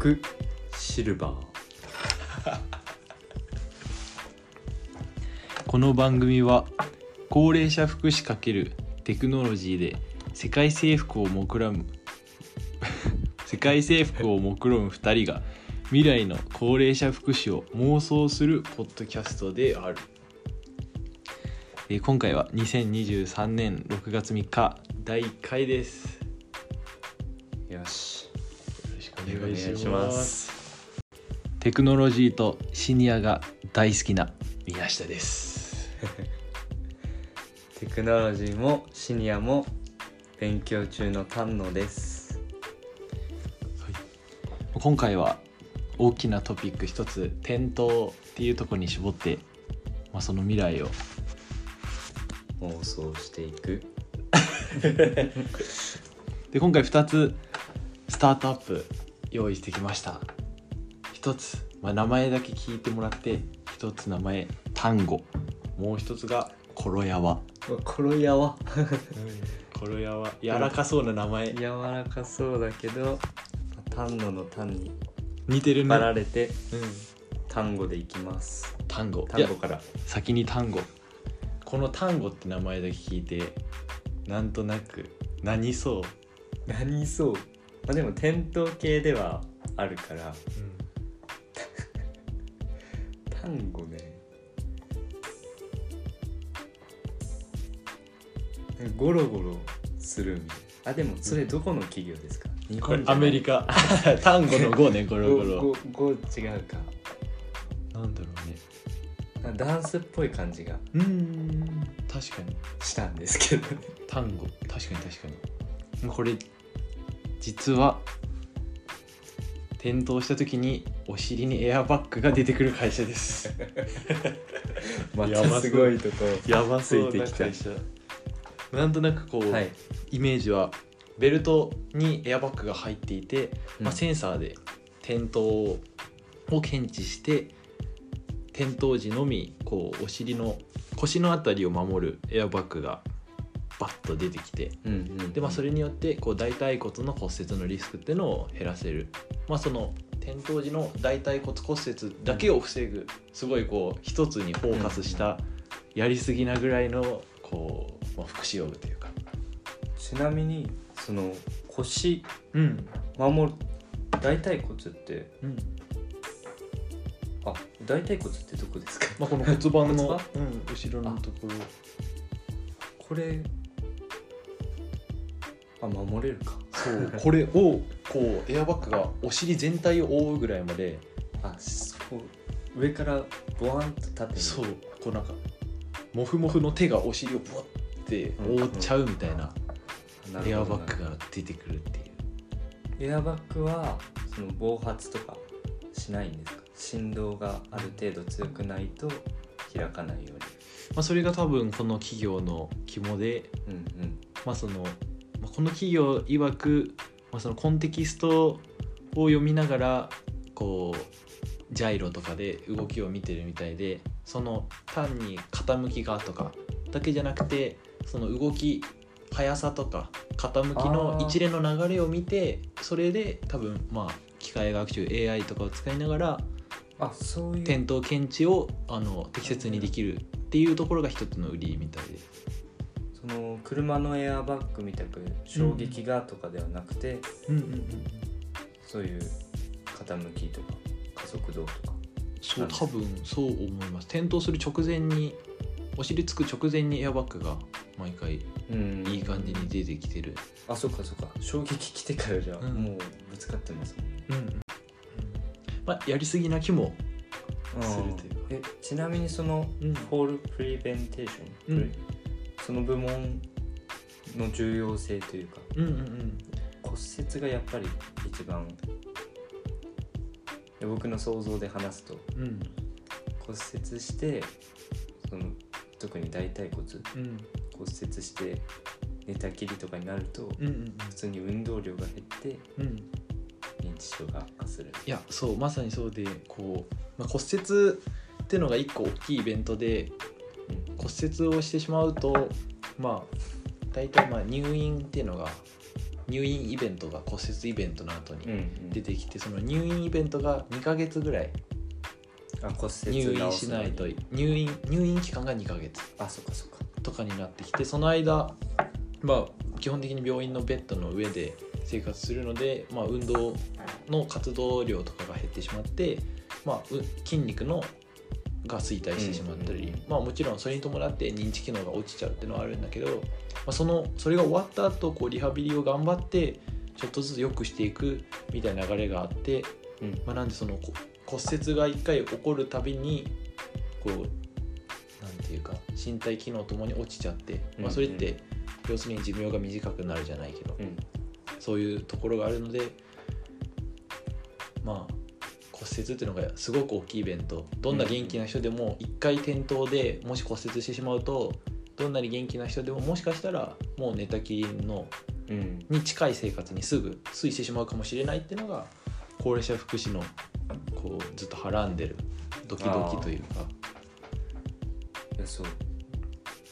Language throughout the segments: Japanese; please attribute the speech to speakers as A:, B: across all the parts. A: 6シルバー
B: この番組は高齢者福祉×テクノロジーで世界征服を目論む 世界征服を目論む2人が未来の高齢者福祉を妄想するポッドキャストであるえー今回は2023年6月3日第1回ですよ
A: よし
B: ろしく
A: お願いします
B: テクノロジーとシニアが大好きな宮下です
A: テクノロジーもシニアも勉強中の丹野です
B: 今回は大きなトピック一つ転倒っていうところに絞って、まあ、その未来を
A: 妄想していく
B: で今回2つスタートアップ用意してきました1つ、まあ、名前だけ聞いてもらって1つ名前単語もう1つがコロヤワ
A: うわこれやわ
B: コロヤワ柔らかそうな名前
A: 柔らかそうだけど丹野の丹に
B: 似てる
A: ば
B: ね
A: られて
B: うん
A: 単語でいきます
B: 単語い
A: 単
B: や
A: 語から
B: 先に単語この単語って名前だけ聞いてなんとなく何そう
A: 何そうまあでも点灯系ではあるから単語ねゴロゴロするみたいなあでもそれどこの企業ですか、日
B: これア
A: 本
B: メリ
A: カ
B: カ単語の語ねゴ
A: ゴ
B: ロゴロ
A: ゴ違うか
B: なんだろうね
A: なんかダンスっぽい感じが
B: うーん確かに
A: したんですけどね
B: 単語確かに確かにこれ実は転倒した時にお尻にエアバッグが出てくる会社です
A: ま
B: やばそ
A: た
B: う
A: すごいとこ
B: やば
A: そうな会社
B: なんとなくこう、
A: はい、
B: イメージはベルトにエアバッグが入っていて、まあ、
A: せ
B: センサーで転倒を検知して転倒時のみこうお尻の腰のあたりを守るエアバッグがバッと出てきて
A: うんうん
B: で、まあ、それによってこう大腿骨の骨折のリスクっていうのを減らせる、まあ、その転倒時の大腿骨骨折だけを防ぐすごいこう一つにフォーカスしたやりすぎなぐらいのこう、まあ、福祉用具というか。
A: ちなみにその腰
B: うん
A: 守る大腿骨って
B: うん
A: あ大腿骨ってどこですか
B: まあ、この骨盤の
A: 骨
B: うん、後ろのところ
A: これあ守れるか
B: そうこれをこうエアバッグがお尻全体を覆うぐらいまで
A: あそう上からボワンと縦に
B: そうこうなんかモフモフの手がお尻をボワって覆っちゃうみたいな
A: なるほど
B: エアバッグが出てくるっていう
A: エアバッグはその暴発とかしないんですか振動がある程度強くないと開かないよ
B: まあ、それが多分この企業の肝で、
A: うにうんうん
B: まあそのまあこの企業曰く、まあ、そのコンテキストを読みながらこうジャイロとかで動きを見てるみたいでその単に傾きがとかだけじゃなくてその動き速さとか傾きの
A: あー
B: 一連の流れを見てそれで多分まあ機械学習 AI とかを使いながら
A: あそういう
B: 転倒検知をあの適切にできるっていうところが一つの売りみたいで
A: その車のエアバッグみたく衝撃がとかではなくて、
B: うんうんうん
A: そういう傾きとか加速度とか
B: そう多分そう思います転倒する直前にお尻つく直前にエアバッグが毎回
A: うん
B: いい感じに出てきてる、
A: あそっかそっか衝撃来てからじゃ、
B: うん
A: もうぶつかってますもんね
B: うんまあ、やりすぎな気もするというか
A: えちなみにその
B: うん
A: フォールプリベンテーション、
B: うん
A: その部門の重要性というか
B: うんうんうん
A: 骨折がやっぱり一番で僕の想像で話すと
B: うん
A: 骨折してその特に大腿骨骨
B: うん
A: 折して寝たきりとかになると
B: うんうん
A: 普通に運動量が減って
B: うん
A: 認知症が悪化する
B: いやそうまさにそうでこう、まあ、骨折っていうのが一個大きいイベントで
A: うん
B: 骨折をしてしまうとまあ大体まあ入院っていうのが入院イベントが骨折イベントの後
A: う
B: に
A: んうん
B: 出てきてその入院イベントが2ヶ月ぐらい
A: あ骨折
B: 入
A: 直
B: 院
A: す
B: し
A: の
B: な
A: に
B: いと入院入院期間が2ヶ月
A: あそっかそっか
B: とかになってきてその間まあ基本的に病院のベッドの上で生活するので、まあ、運動の活動量とかが減ってしまって、まあ、う筋肉のが衰退してしまったり、
A: うんうんうん
B: まあ、もちろんそれに伴って認知機能が落ちちゃうっていうのはあるんだけど、まあ、そのそれが終わった後こうリハビリを頑張ってちょっとずつ良くしていくみたいな流れがあって、
A: うん
B: まあ、なんでそのこ骨折が1回起こるたびにこうなんていうか身体機能ともに落ちちゃって、
A: うんう
B: まあ、
A: ん
B: それって要するに寿命が短くなるじゃないけど、
A: うん
B: そういうところがあるのでまあ骨折っていうのがすごく大きいイベントどんな元気な人でも一回転倒でもし骨折してしまうとどんなに元気な人でももしかしたらもう寝たきりの
A: うん
B: に近い生活にすぐ推移してしまうかもしれないっていうのが高齢者福祉のこうずっとはらんでるドキドキというか
A: いやそう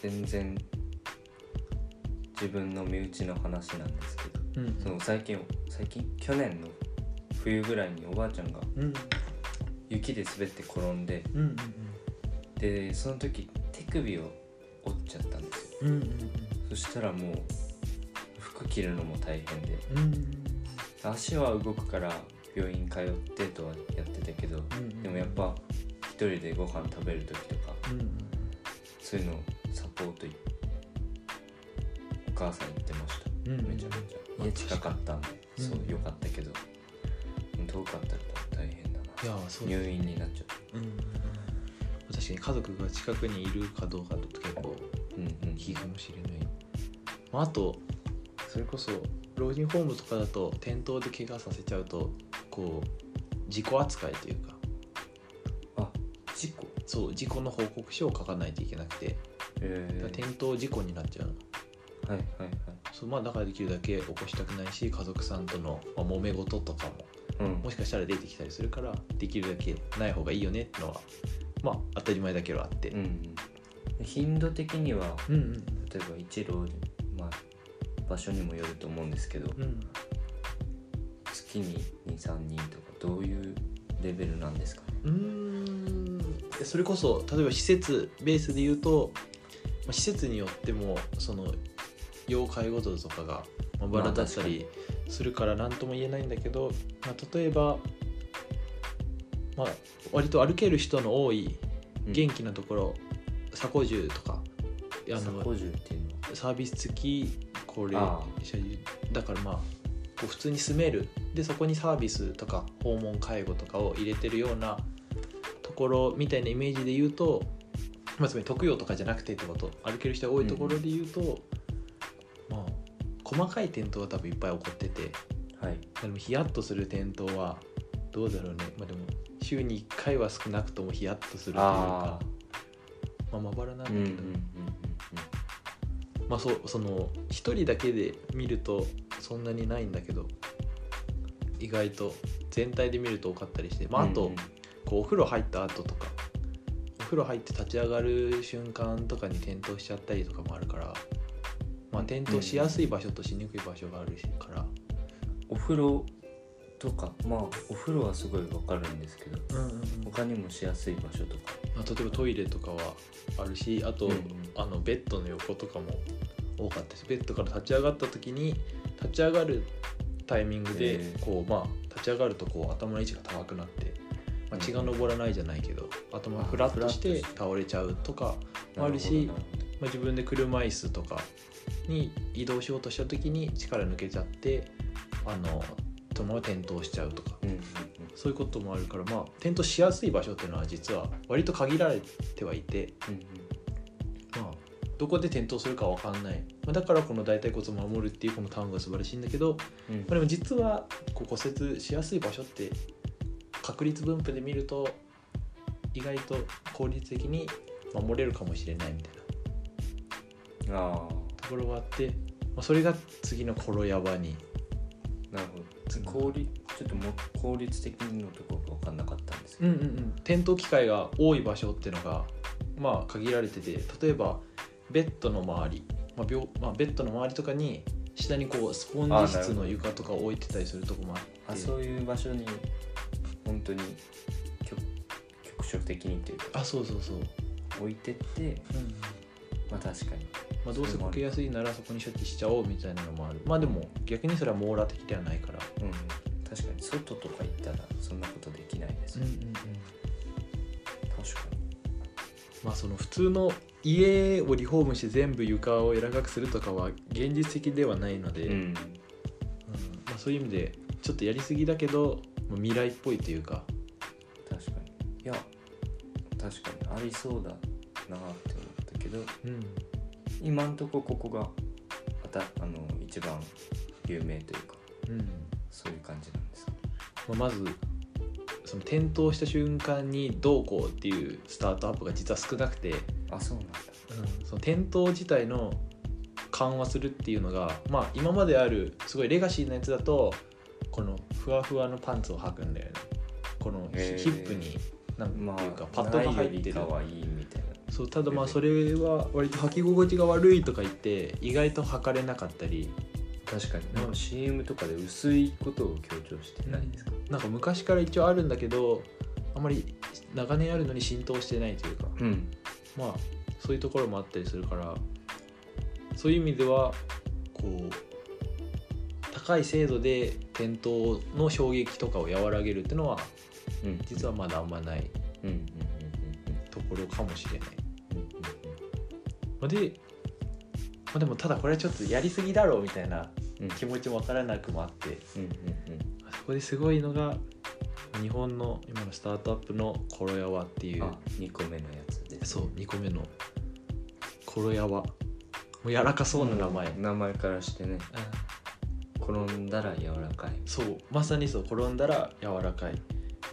A: 全然自分の身内の話なんですけど
B: うん
A: その最近最近去年の冬ぐらいにおばあちゃんが
B: うん
A: 雪で滑って転んで
B: うんうん
A: でその時手首を折っちゃったんですよ
B: うんうん
A: そしたらもう服着るのも大変で
B: うんうん
A: 足は動くから病院通ってとはやってたけど
B: うん
A: でもやっぱ一人でご飯食べる時とか
B: うんうん
A: そういうのをサポートいお母さん言ってました
B: うんうん
A: めちゃめちゃ家近かったんで、
B: うん
A: そう良かったけど、遠かったら大変だない
B: やーそう
A: 入院になっちゃ
B: うんうんうん確かに家族が近くにいるかどうかと結構
A: ううんうん
B: 大きいかもしれない、まあ、あとそれこそ老人ホームとかだと転倒で怪我させちゃうとこう事故扱いというか
A: あ事故
B: そう事故の報告書を書かないといけなくて
A: え
B: だから
A: ー
B: 転倒事故になっちゃうの
A: はいはいはい
B: そうまあだからできるだけ起こしたくないし家族さんとの、まあ、揉め事とかも
A: うん
B: もしかしたら出てきたりするからできるだけない方がいいよねってのはまあ当たり前だけどあって、
A: うんうん頻度的には
B: うん、うん
A: 例えば一老人まあ場所にもよると思うんですけど
B: うんうん
A: 月に23人とかどういうレベルなんですかね
B: うーんそれこそ例えば施設ベースで言うとまあ施設によってもその要介護度とかがまあばらだったりするから何とも言えないんだけど、まあ、例えば、まあ、割と歩ける人の多い元気なところ、鎖骨重とかあ
A: あの
B: の
A: 50っていうのは
B: サービス付き高齢
A: あ
B: 者だからまあこう普通に住めるでそこにサービスとか訪問介護とかを入れてるようなところみたいなイメージで言うと、まあ、つまり特養とかじゃなくてってこと歩ける人が多いところで言うと、まあ細かい転倒は多分いっぱい起こってて
A: はい
B: でもヒヤッとする転倒はどうだろうねまあでも週に1回は少なくともヒヤッとするというか
A: あ
B: まあまばらなんだ
A: う
B: け
A: ん
B: ど、
A: うんうんうんうん
B: まあそうその一人だけで見るとそんなにないんだけど意外と全体で見ると多かったりして、まあ、あと、
A: うんうん
B: こうお風呂入った後とかお風呂入って立ち上がる瞬間とかに転倒しちゃったりとかもあるから、まあ、転倒しやすい場所としにくい場所があるから、
A: お風呂とかまあお風呂はすごいわかるんですけど他にもしやすい場所とか
B: まあ、例えばトイレとかはあるしあと、
A: うん
B: あのベッドの横とかも多かったしベッドから立ち上がった時に立ち上がるタイミングで
A: えー
B: こう、まあ、立ち上がるとこう頭の位置が高くなって、まあ、血が上らないじゃないけど、頭がフラッとして倒れちゃうとか、もあるし
A: なほどな
B: まあ、自分で車椅子とかに移動しようとした時に力抜けちゃってあのそのまま転倒しちゃうとか。
A: うんうん
B: そういうこともあるから、まあ、転倒しやすい場所っていうのは実は割と限られてはいて、
A: うん
B: まあ、どこで転倒するかわかんない、まあ、だからこの大腿骨を守るっていうこの単語が素晴らしいんだけど、
A: うんうん
B: まあ、でも実はこう骨折しやすい場所って確率分布で見ると意外と効率的に守れるかもしれないみたいな
A: あ
B: ところがあって、まあ、それが次のコロヤバに
A: あなるほど効率ちょっともう効率的のところが分かんなかったんですけ
B: うんうんうん、転倒機会が多い場所っていうのがまあ限られてて例えばベッドの周り、まあ病まあ、ベッドの周りとかに下にこうスポンジ質の床とか置いてたりするとこもあ
A: あ
B: って
A: そういう場所に本当に局局所的にというか
B: あそうそうそう、
A: 置いてってまあ確かに
B: まあ、どうせこけやすいならそこに処置しちゃおうみたいなのもあるまあでも逆にそれは網羅的ではないから、
A: うん確かに外とか行ったらそんなことできないですよ、確か
B: まあその普通の家をリフォームして全部床を柔らかくするとかは現実的ではないので、
A: に、
B: うんまあ、そういう意味でちょっとやりすぎだけど、まあ、未来っぽいというか
A: 確かにいや確かにありそうだなって思ったけど
B: うん
A: 今んとこここがあたあの一番有名というかそういう感じなんですか
B: まあ、まずその転倒した瞬間にどうこうっていうスタートアップが実は少なくて、
A: あそうなんだ
B: その転倒自体の緩和するっていうのが、まあ、今まであるすごいレガシーなやつだとこのふわふわのパンツを履くんだよねこのヒ
A: へー
B: ヒップに
A: ま
B: 何
A: あ
B: ていうかパッドが入って
A: ないより
B: る
A: かはいいみたいな
B: そうただまあそれは割と履き心地が悪いとか言って意外と履かれなかったり
A: 確かになんか CM とかで薄いことを強調してないですか、
B: なんか昔から一応あるんだけどあんまり長年あるのに浸透してないというか
A: うん
B: まあそういうところもあったりするからそういう意味ではこう高い精度で転倒の衝撃とかを和らげるっていうのは
A: うん
B: 実はまだあんまない
A: うんうんうん
B: ところかもしれない。
A: うんうんうん
B: まあでまあ、でもただこれはちょっとやりすぎだろうみたいな
A: うん
B: 気持ちもわからなくもあって
A: うんうん
B: そこですごいのが日本の今のスタートアップのコロヤワって
A: う
B: い
A: ん
B: う
A: あ2個目のやつです
B: そう2個目のコロヤワもう柔らかそうな名前、
A: ん名前からしてね転んだら柔らかい
B: そうまさにそう転んだら柔らかい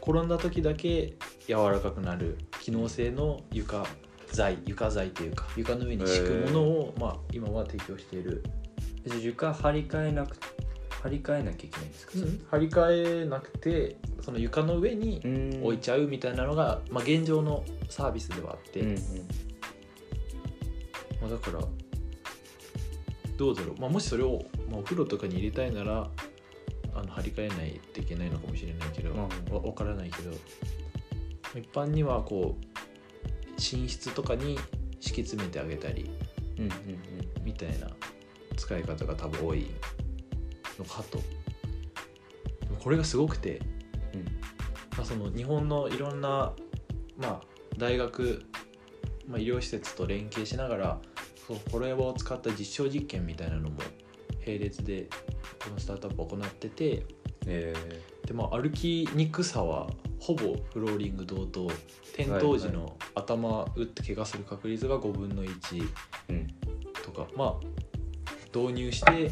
B: 転んだ時だけ柔らかくなる機能性の床材床材というか床の上に敷くものを、まあ、今は提供している、
A: 別に床張り替えなく張り替えなきゃいけないんですか、
B: 張り替えなくてその床の上に
A: ん
B: 置い
A: て
B: ちゃうみたいなのが、まあ、現状のサービスではあって、
A: うんうん
B: まあ、だからどうだろう、まあ、もしそれを、まあ、お風呂とかに入れたいならあの張り替えないといけないのかもしれないけど、
A: ま
B: わ
A: あ
B: 分からないけど一般にはこう寝室とかに敷き詰めてあげたり
A: うんうん
B: みたいな使い方が多分多いのかと。でもこれがすごくて、
A: うん
B: まあ、その日本のいろんな、まあ、大学、まあ、医療施設と連携しながらそうフォロワーを使った実証実験みたいなのも並列でこのスタートアップを行ってて
A: え
B: で、まあ、歩きにくさはほぼフローリング同等転倒時の頭打って怪我する確率が5分の1
A: ー、うん
B: とかまあ導入して、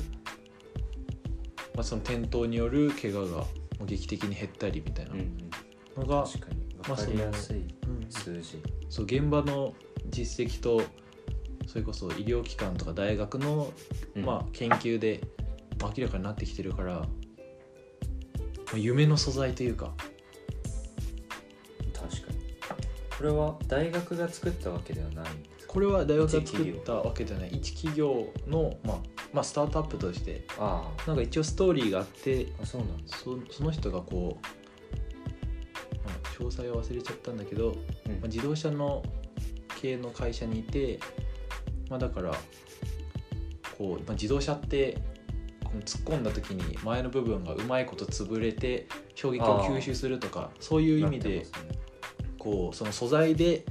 B: まあ、その転倒による怪我がまあ劇的に減ったりみたいな
A: うんうん
B: のが、
A: 確かに
B: ま
A: 分
B: あ
A: か
B: その
A: りやすい
B: うん
A: 数字、
B: そう現場の実績とそれこそ医療機関とか大学の、
A: うん
B: まあ、研究でまあ明らかになってきてるから、まあ、夢の素材というか
A: 確かにこれは大学が作ったわけではないんですか
B: これは大学が作ったわけじゃない一企業の、まあまあ、スタートアップとして
A: あ
B: なんか一応ストーリーがあって
A: ああそうなんです、
B: そその人がこう、まあ詳細は忘れちゃったんだけど、
A: うん
B: まあ、自動車の系の会社にいて、まあ、だからこう、まあ、自動車ってこの突っ込んだ時に前の部分がうまいこと潰れて衝撃を吸収するとかそういう意味
A: なっ
B: で
A: てますね
B: こうその素材で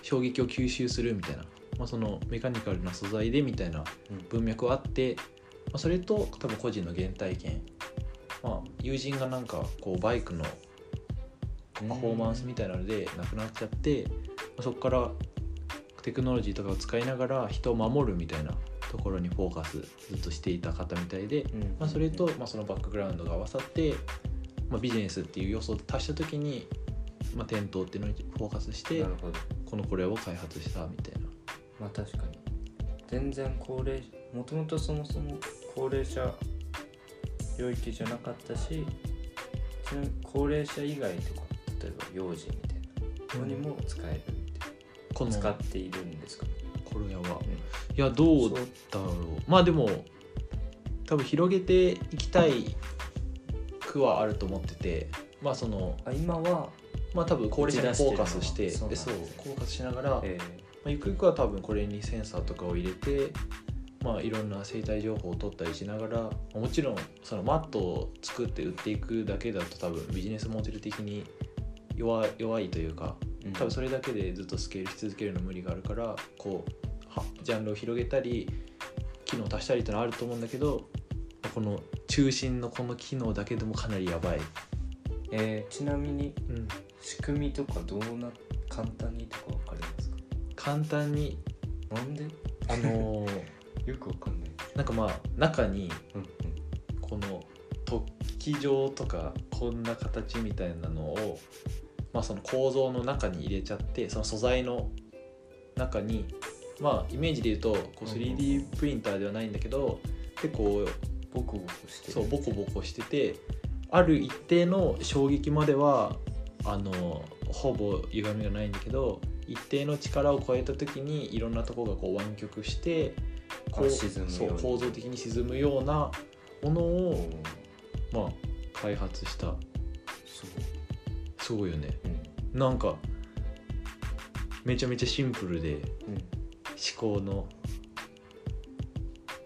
B: 衝撃を吸収するみたいな、まあ、そのメカニカルな素材でみたいな
A: うん
B: 文脈はあって、まあ、それと多分個人の原体験、まあ、友人がなんかこうバイクのパフォーマンスみたいなのでなくなっちゃって、まあそこからテクノロジーとかを使いながら人を守るみたいなところにフォーカスずっとしていた方みたいで、
A: うん
B: まあ、それと、まあ、そのバックグラウンドが合わさって、まあ、ビジネスっていう要素を足した時に、まあ、転倒っていうのにフォーカスし
A: な
B: て
A: るほど
B: このこれを開発したみたいな。
A: まあ確かに全然高齢もともとそもそも高齢者領域じゃなかったしちなみに高齢者以外とか例えば幼児みたいなのにも使えるみたい
B: こ
A: な、
B: の
A: 使っているんですかね、
B: これは
A: うん
B: いやどうだろうまあでも多分広げていきたい区はあると思っててまあその
A: あ今は、
B: まあ多分高齢者にフォーカスして
A: 打ち出してるのは
B: え
A: そ
B: そうう
A: なんです
B: フォーカスしながら、ま
A: え
B: あ、ゆくゆくは多分これにセンサーとかを入れて、まあ、いろんな生態情報を取ったりしながらまあもちろんそのマットを作って売っていくだけだと多分ビジネスモデル的に弱い弱いというか
A: ーうん
B: 多分それだけでずっとスケールし続けるの無理があるからこうはジャンルを広げたり機能を足したりってのはあると思うんだけどこの中心のこの機能だけでもかなりやばい、
A: えーちなみに
B: うん、
A: 仕組みとかどうな簡単にとかわかりますか
B: 簡単に
A: なんで
B: あの ー
A: よくわかんない、
B: なんかまあ中に
A: うんうん、
B: この突起状とかこんな形みたいなのを、まあ、その構造の中に入れちゃってその素材の中にまあイメージで言うとこう
A: うんうんうん
B: 3D プリンターではないんだけど結構
A: ボコボコしてる
B: そうボコボコしててある一定の衝撃まではあのほぼ歪みがないんだけど一定の力を超えた時にいろんなとこがこう湾曲してこう
A: あ沈むように
B: そう構造的に沈むようなもの
A: お
B: を、
A: ー
B: まあ、開発した
A: す
B: すごいよね
A: ごい
B: なんかめちゃめちゃシンプルで
A: うん、うん、
B: 思考の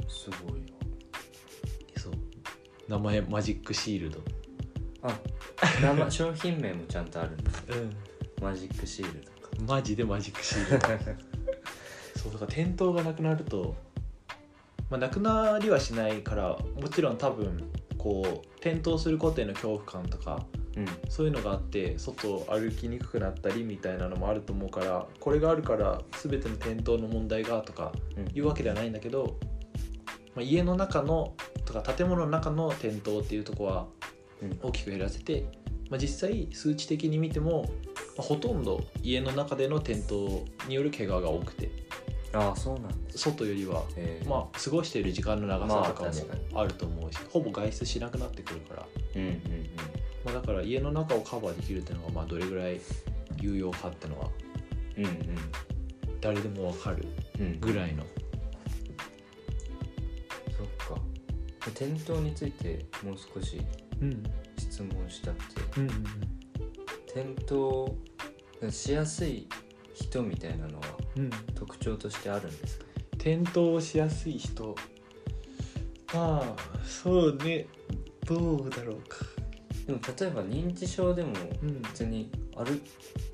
A: すごいよ
B: そう名前マジックシールド、
A: あ名前 商品名もちゃんとあるんだ
B: う
A: マジックシールとか
B: ん、マジでマジックシ ールドそうだから店頭がなくなると、まあ、なくなりはしないからもちろん多分こう転倒することへの恐怖感とか
A: うん
B: そういうのがあって外を歩きにくくなったりみたいなのもあると思うからこれがあるから全ての転倒の問題がとか
A: うん
B: いうわけではないんだけど、まあ、家の中のとか建物の中の転倒っていうとこは
A: うん
B: 大きく減らせて、まあ、実際数値的に見ても、まあほとんど家の中での転倒による怪我が多くて
A: ああそうなんです
B: 外よりは
A: えー
B: まあ、過ごしている時間の長さとか
A: まあ確か
B: もあると思うし、ほぼ外出しなくなってくるから、
A: うんうんうん
B: まあ、だから家の中をカバーできるっていうのが、まあ、どれぐらい有用かっていうのは
A: うん
B: 誰でもわかる
A: うんうん
B: ぐらいの、
A: そっか転倒についてもう少し
B: うん
A: 質問したくて
B: うん
A: 転倒しやすい人みたいなのは
B: うんうん、
A: 特徴としてあるんですか
B: 転倒しやすい人まあそうねどうだろうか、
A: でも例えば認知症でも
B: うん
A: 別に歩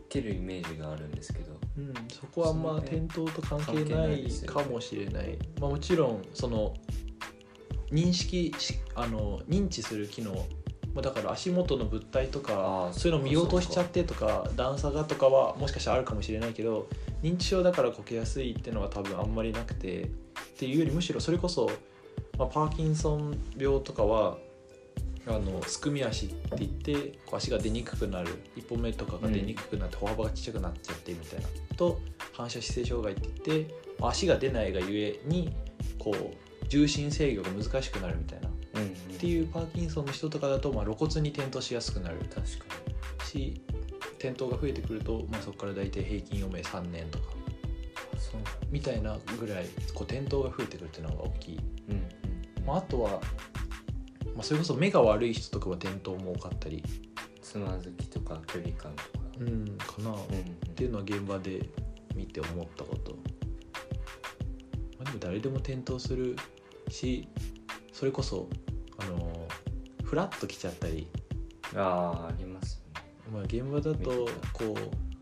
A: けるイメージがあるんですけど
B: うん、そこはあんま
A: その
B: 転
A: 辺
B: 倒と関係ないかもしれない、まあ、もちろんその認識しあの認知する機能まあだから足元の物体と
A: あ
B: か
A: ー
B: そういうの見
A: そう
B: 落
A: か
B: としちゃってとか段差がとかはもしかしたらあるかもしれないけど認知症だからこけやすいっていうのは多分あんまりなくてっていうよりむしろそれこそ、まあ、パーキンソン病とかはあのすくみ足って言ってこう足が出にくくなる一歩目とかが出にくくなって歩幅がちっちゃくなっちゃってみたいなと反射姿勢障害って言ってまあ足が出ないがゆえにこう重心制御が難しくなるみたいなっ
A: うん、うん、って
B: いうパーキンソンの人とかだと、まあ、露骨に転倒しやすくなる
A: 確か
B: し転倒が増えてくると、まあ、そこから大体平均余命3年とか
A: にそうなん
B: みたいなぐらいこう転倒が増えてくるっていうのが大きい。
A: うんうん
B: まあ、あとは、まあ、それこそ目が悪い人とかは転倒も多かったり、
A: つまずきとか距離感とか、
B: うん、かな、っ
A: うんうん
B: ていうのは現場で見て思ったこと、まあ、でも誰でも転倒するしそれこそあのーフラッと来ちゃったり、
A: ああありますよね
B: まあ、現場だとこ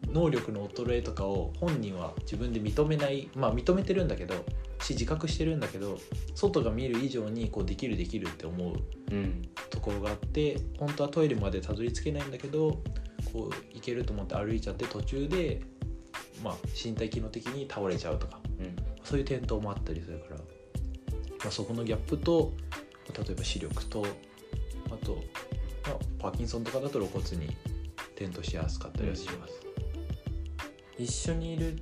B: う能力の衰えとかを本人は自分で認めないまあ認めてるんだけどし自覚してるんだけど外が見る以上にこうできるできるって思う
A: うん
B: ところがあって本当はトイレまでたどり着けないんだけどこう行けると思って歩いちゃって途中で、まあ、身体機能的に倒れちゃうとか
A: うん
B: そういう転倒もあったりするから、まあ、そこのギャップと例えば視力とあと、まあ、パーキンソンとかだと露骨に転倒しやすかったりはします。
A: 一緒にいる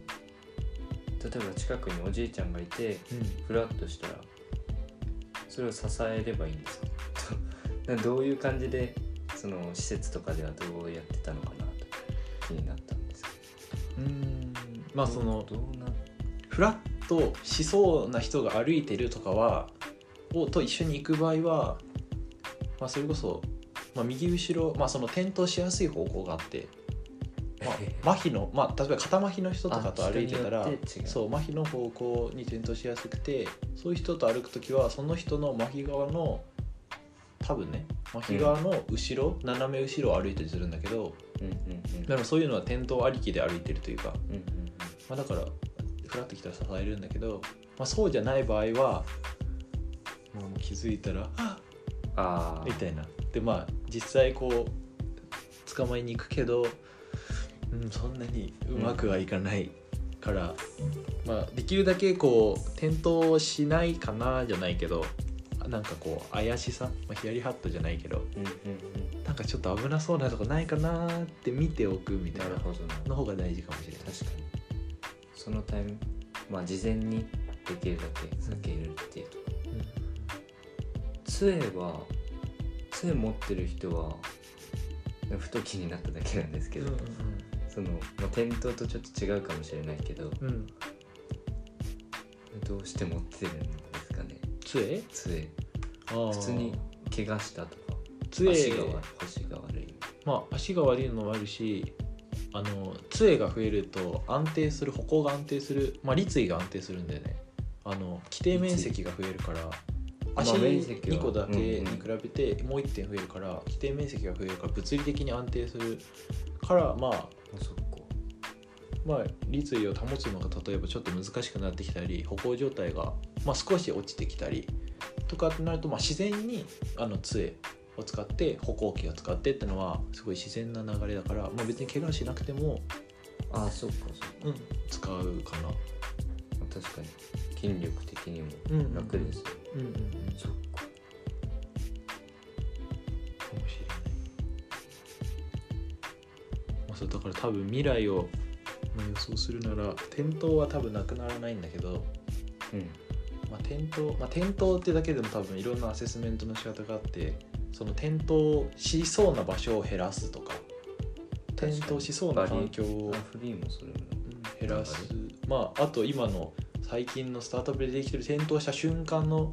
A: 例えば近くにおじいちゃんがいて
B: うん
A: フラッとしたらそれを支えればいいんですかなどういう感じでその施設とかではどうやってたのかなと気になったんですけ
B: うんまあ
A: ど
B: その
A: どうな
B: フラッとしそうな人が歩いてるとかはをと一緒に行く場合は、まあ、それこそ、まあ、右後ろ、まあ、その転倒しやすい方向があって、まあ、麻痺の、まあ、例えば肩麻痺の人とかと
A: あ
B: 歩いてたら
A: 人によって違う
B: そう麻痺の方向に転倒しやすくてそういう人と歩く時はその人の麻痺側の多分ね麻痺側の後ろ、斜め後ろを歩いたりするんだけど
A: うんうんうん
B: でもそういうのは転倒ありきで歩いてるというか、
A: うんうんうん
B: まあ、だからふらってきたら支えるんだけど、まあ、そうじゃない場合はもう気づいたら「あ
A: ああ
B: みたいなでまあ実際こう捕まえに行くけど、うん、そんなにうまくはいかないから、まあ、できるだけこう転倒しないかなじゃないけどなんかこう怪しさ、まあ、ヒヤリハットじゃないけど
A: うんうん
B: なんかちょっと危なそうなとこないかなって見ておくみ
A: うん
B: た
A: ないる
B: な
A: ほどな
B: の方が大事かもしれない。
A: 確かにそのタイミングまあ事前にできるだけ避けるっていうと、杖は杖持ってる人はふと気になっただけなんですけど、その、まあ、転倒とちょっと違うかもしれないけど
B: うんうん、
A: どうして持ってるんですかね
B: 杖
A: 杖
B: 普
A: 普通に怪我したとか
B: 杖
A: 足が悪い腰が悪い
B: まあ、足が悪いのもあるしあの杖が増えると安定する歩行が安定する、まあ、立位が安定するんだよねあの規定面積が増えるから
A: あ
B: 足
A: 面積は
B: 2個だけ
A: うん
B: に
A: うん
B: 比べてもう1点増えるから、規定面積が増えるから物理的に安定するからまあ
A: あそっか
B: まあ、立位を保つのが例えばちょっと難しくなってきたり歩行状態が、まあ、少し落ちてきたりとかってなると、まあ、自然にあの杖を使って歩行器を使ってってのはすごい自然な流れだから、まあ、別に怪我しなくても、
A: あそっかそっか
B: うん、使うかな。
A: 確かに筋力的にも
B: うん
A: 楽ですね、
B: うんうんうん、か
A: そっか
B: もしれない。まあ、そうだから多分未来をまあ予想するなら転倒は多分なくならないんだけど
A: うん
B: まあ、転倒、まあ、転倒ってだけでも多分いろんなアセスメントの仕方があってその転倒しそうな場所を減らすとか転倒しそうな環境を
A: あフリーもそれも
B: 減らすまああと今の最近のスタートアップでできてる転倒した瞬間の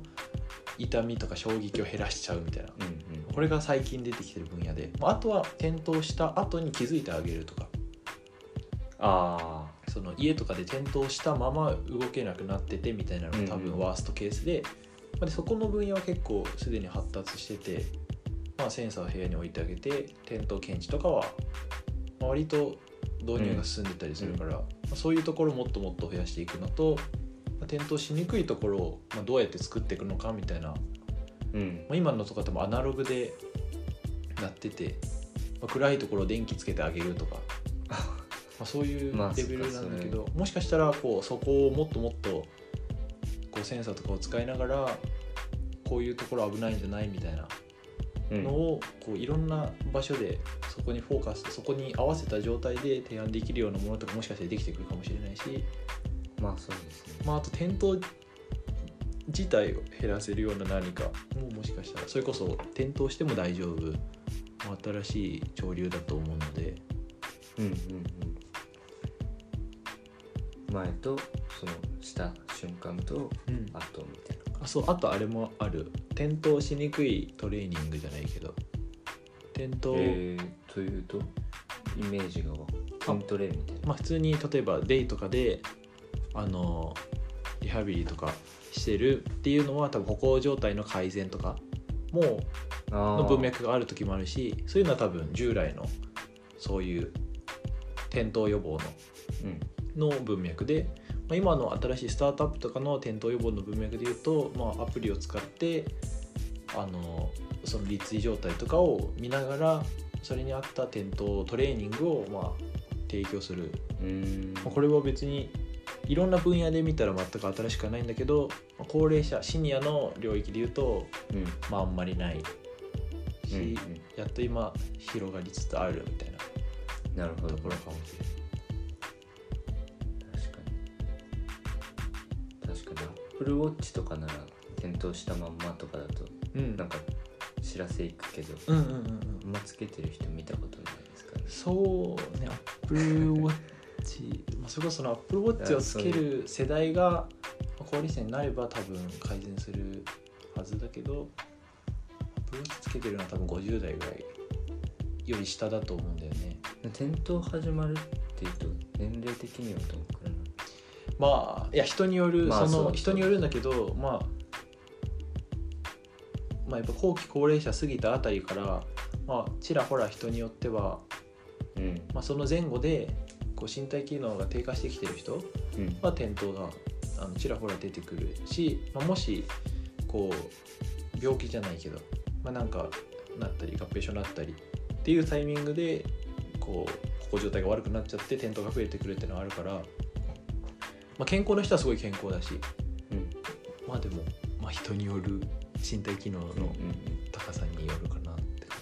B: 痛みとか衝撃を減らしちゃうみたいな
A: うんうん
B: これが最近出てきてる分野で、まあ、あとは転倒した後に気づいてあげるとか
A: ああ
B: その家とかで転倒したまま動けなくなっててみたいなのが多
A: うんう
B: 分
A: ん
B: ワーストケースで,、まあでそこの分野は結構すでに発達してて、まあ、センサーを部屋に置いてあげて転倒検知とかはまあ割と導入が進んでたりするから、まあそういうところをもっともっと増やしていくのと、まあ転倒しにくいところをまあどうやって作っていくのかみたいな、ま
A: うん
B: あ、今のとかでもアナログでなってて、まあ暗いところ電気つけてあげると かまあ、そういう
A: まあ
B: レベルなんだけど、もしかしたらこうそこをもっともっとこうセンサーとかを使いながらこういうところ危ないんじゃないみたいな
A: うん
B: のをこういろんな場所でそこにフォーカスそこに合わせた状態で提案できるようなものとかもしかしてできてくるかもしれないし、
A: まあそうですね
B: まあ、あと転倒自体を減らせるような何かももしかしたらそれこそ転倒しても大丈夫、まあ新しい潮流だと思うので。
A: うんうんうん前とそのした瞬間と後みたいな
B: あそうあとあれもある転倒しにくいトレーニングじゃないけど転倒、
A: えー、というとイメージがわ筋トレみたいな
B: まあ普通に例えばデイとかであのリハビリとかしてるっていうのは多分歩行状態の改善とかも
A: あー
B: の文脈がある時もあるしそういうのは多分従来のそういう転倒予防
A: うん
B: のの文脈で、まあ、今の新しいスタートアップとかの転倒予防の文脈で言うと、まあ、アプリを使ってあのその立位状態とかを見ながらそれに合った転倒トレーニングをまあ提供する、
A: うーん
B: まあこれは別にいろんな分野で見たら全く新しくはないんだけど、まあ高齢者シニアの領域で言うと、
A: うん
B: まあ、あんまりないし、
A: うん
B: やっと今広がりつつあるみたいな
A: うんなるほど
B: ところかもしれない。
A: 確かに確かにアップルウォッチとかなら転倒したまんまとかだと
B: うん
A: なんか知らせいくけど
B: うんうんうんうん
A: あんまつけてる人見たことないですからね
B: そうね、アップルウォッチ、まあ、それこそそのアップルウォッチをつける世代がまあ高齢者になれば多分改善するはずだけどアプローチつけてるのは多分50代ぐらいより下だと思うんだよね
A: 転倒始まるっていうと年齢的にはどのくらいなの
B: まあいや人による、
A: まあ
B: そ
A: そう
B: の
A: そう
B: 人によるんだけどまあまあやっぱ後期高齢者過ぎたあたりからまあちらほら人によっては、
A: うん
B: まあ、その前後でこう身体機能が低下してきてる人
A: うん
B: は転倒があのちらほら出てくるし、まあ、もしこう病気じゃないけど、まあ、なんかなったり合併症になったりっていうタイミングでこう歩行状態が悪くなっちゃって転倒が増えてくるっていうのはあるから、まあ、健康な人はすごい健康だし
A: うん
B: まあでも、まあ、人による身体機能
A: うんう
B: の
A: ん
B: 高さによるかなって感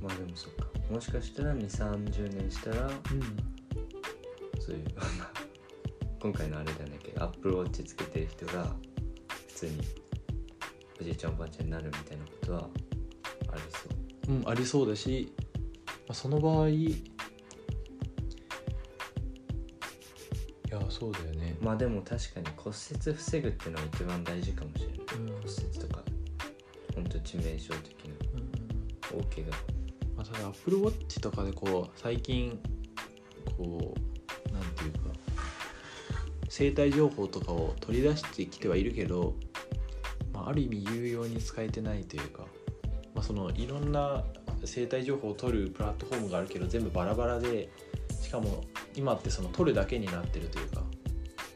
A: まあでもそっかもしかしたら2 3 0年したら
B: じ、
A: そういう今回のあれじゃないけどアップルウォッチつけてる人が普通におじいちゃんおばあちゃんになるみたいなことはありそう
B: うん、ありそうだし、まあ、その場合いやそうだよね、
A: まあでも確かに骨折防ぐっていうのが一番大事かもしれない
B: うんうん
A: 骨折とかほんと致命傷的な大怪我
B: まあ、ただ Apple Watch とかでこう最近こうなんていうか生体情報とかを取り出してきてはいるけど、まあ、ある意味有用に使えてないというか、まあ、そのいろんな生体情報を取るプラットフォームがあるけど全部バラバラでしかも今ってその取るだけになってるというか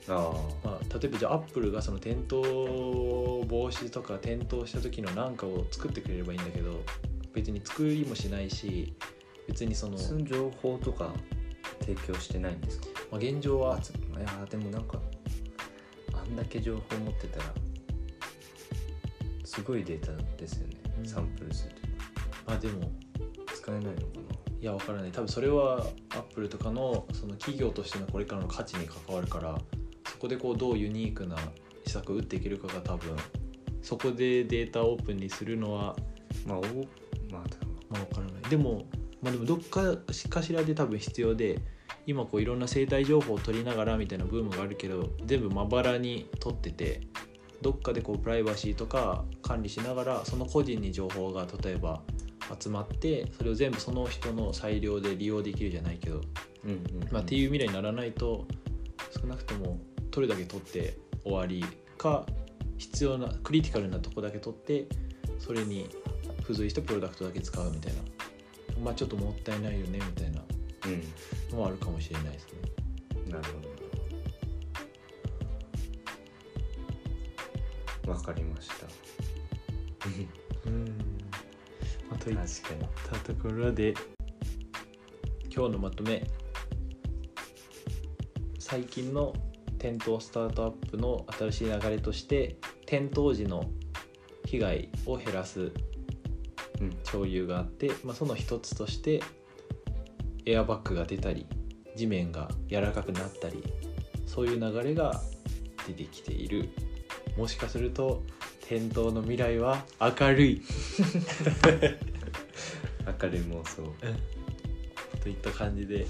A: あ
B: まあ、例えばじゃあアップルがその転倒防止とか転倒した時のなんかを作ってくれればいいんだけど別に作りもしないし別にその、
A: その情報とか提供してないんですか
B: まあ、現状は
A: ついやーでもなんかあんだけ情報持ってたらすごいデータですよね、
B: うん
A: サンプル数というか
B: まあでも
A: 使えないのか
B: いやわからない多分それはアップルとかのその企業としてのこれからの価値に関わるからそこでこうどうユニークな施策を打っていけるかが多分そこでデータをオープンにするのは
A: なまあおまあ多分
B: まあ、わからないでも、まあ、でもどっかかしらで多分必要で今こういろんな生態情報を取りながらみたいなブームがあるけど全部まばらに取っててどっかでこうプライバシーとか管理しながらその個人に情報が例えば集まってそれを全部その人の裁量で利用できるじゃないけど、
A: うんうん、
B: まあ、っていう未来にならないと少なくとも取るだけ取って終わりか必要なクリティカルなとこだけ取ってそれに付随したプロダクトだけ使うみたいなまあちょっともったいないよねみたいな
A: うん
B: のはあるかもしれないですね
A: なるほどわかりました
B: うん、まあ、といっ
A: 確かに
B: たところで今日のまとめ最近の転倒スタートアップの新しい流れとして転倒時の被害を減らす
A: うん
B: 潮流があって、まあ、その一つとしてエアバッグが出たり地面が柔らかくなったりそういう流れが出てきているもしかすると転倒の未来は明るい
A: 明るい妄想
B: といった感じで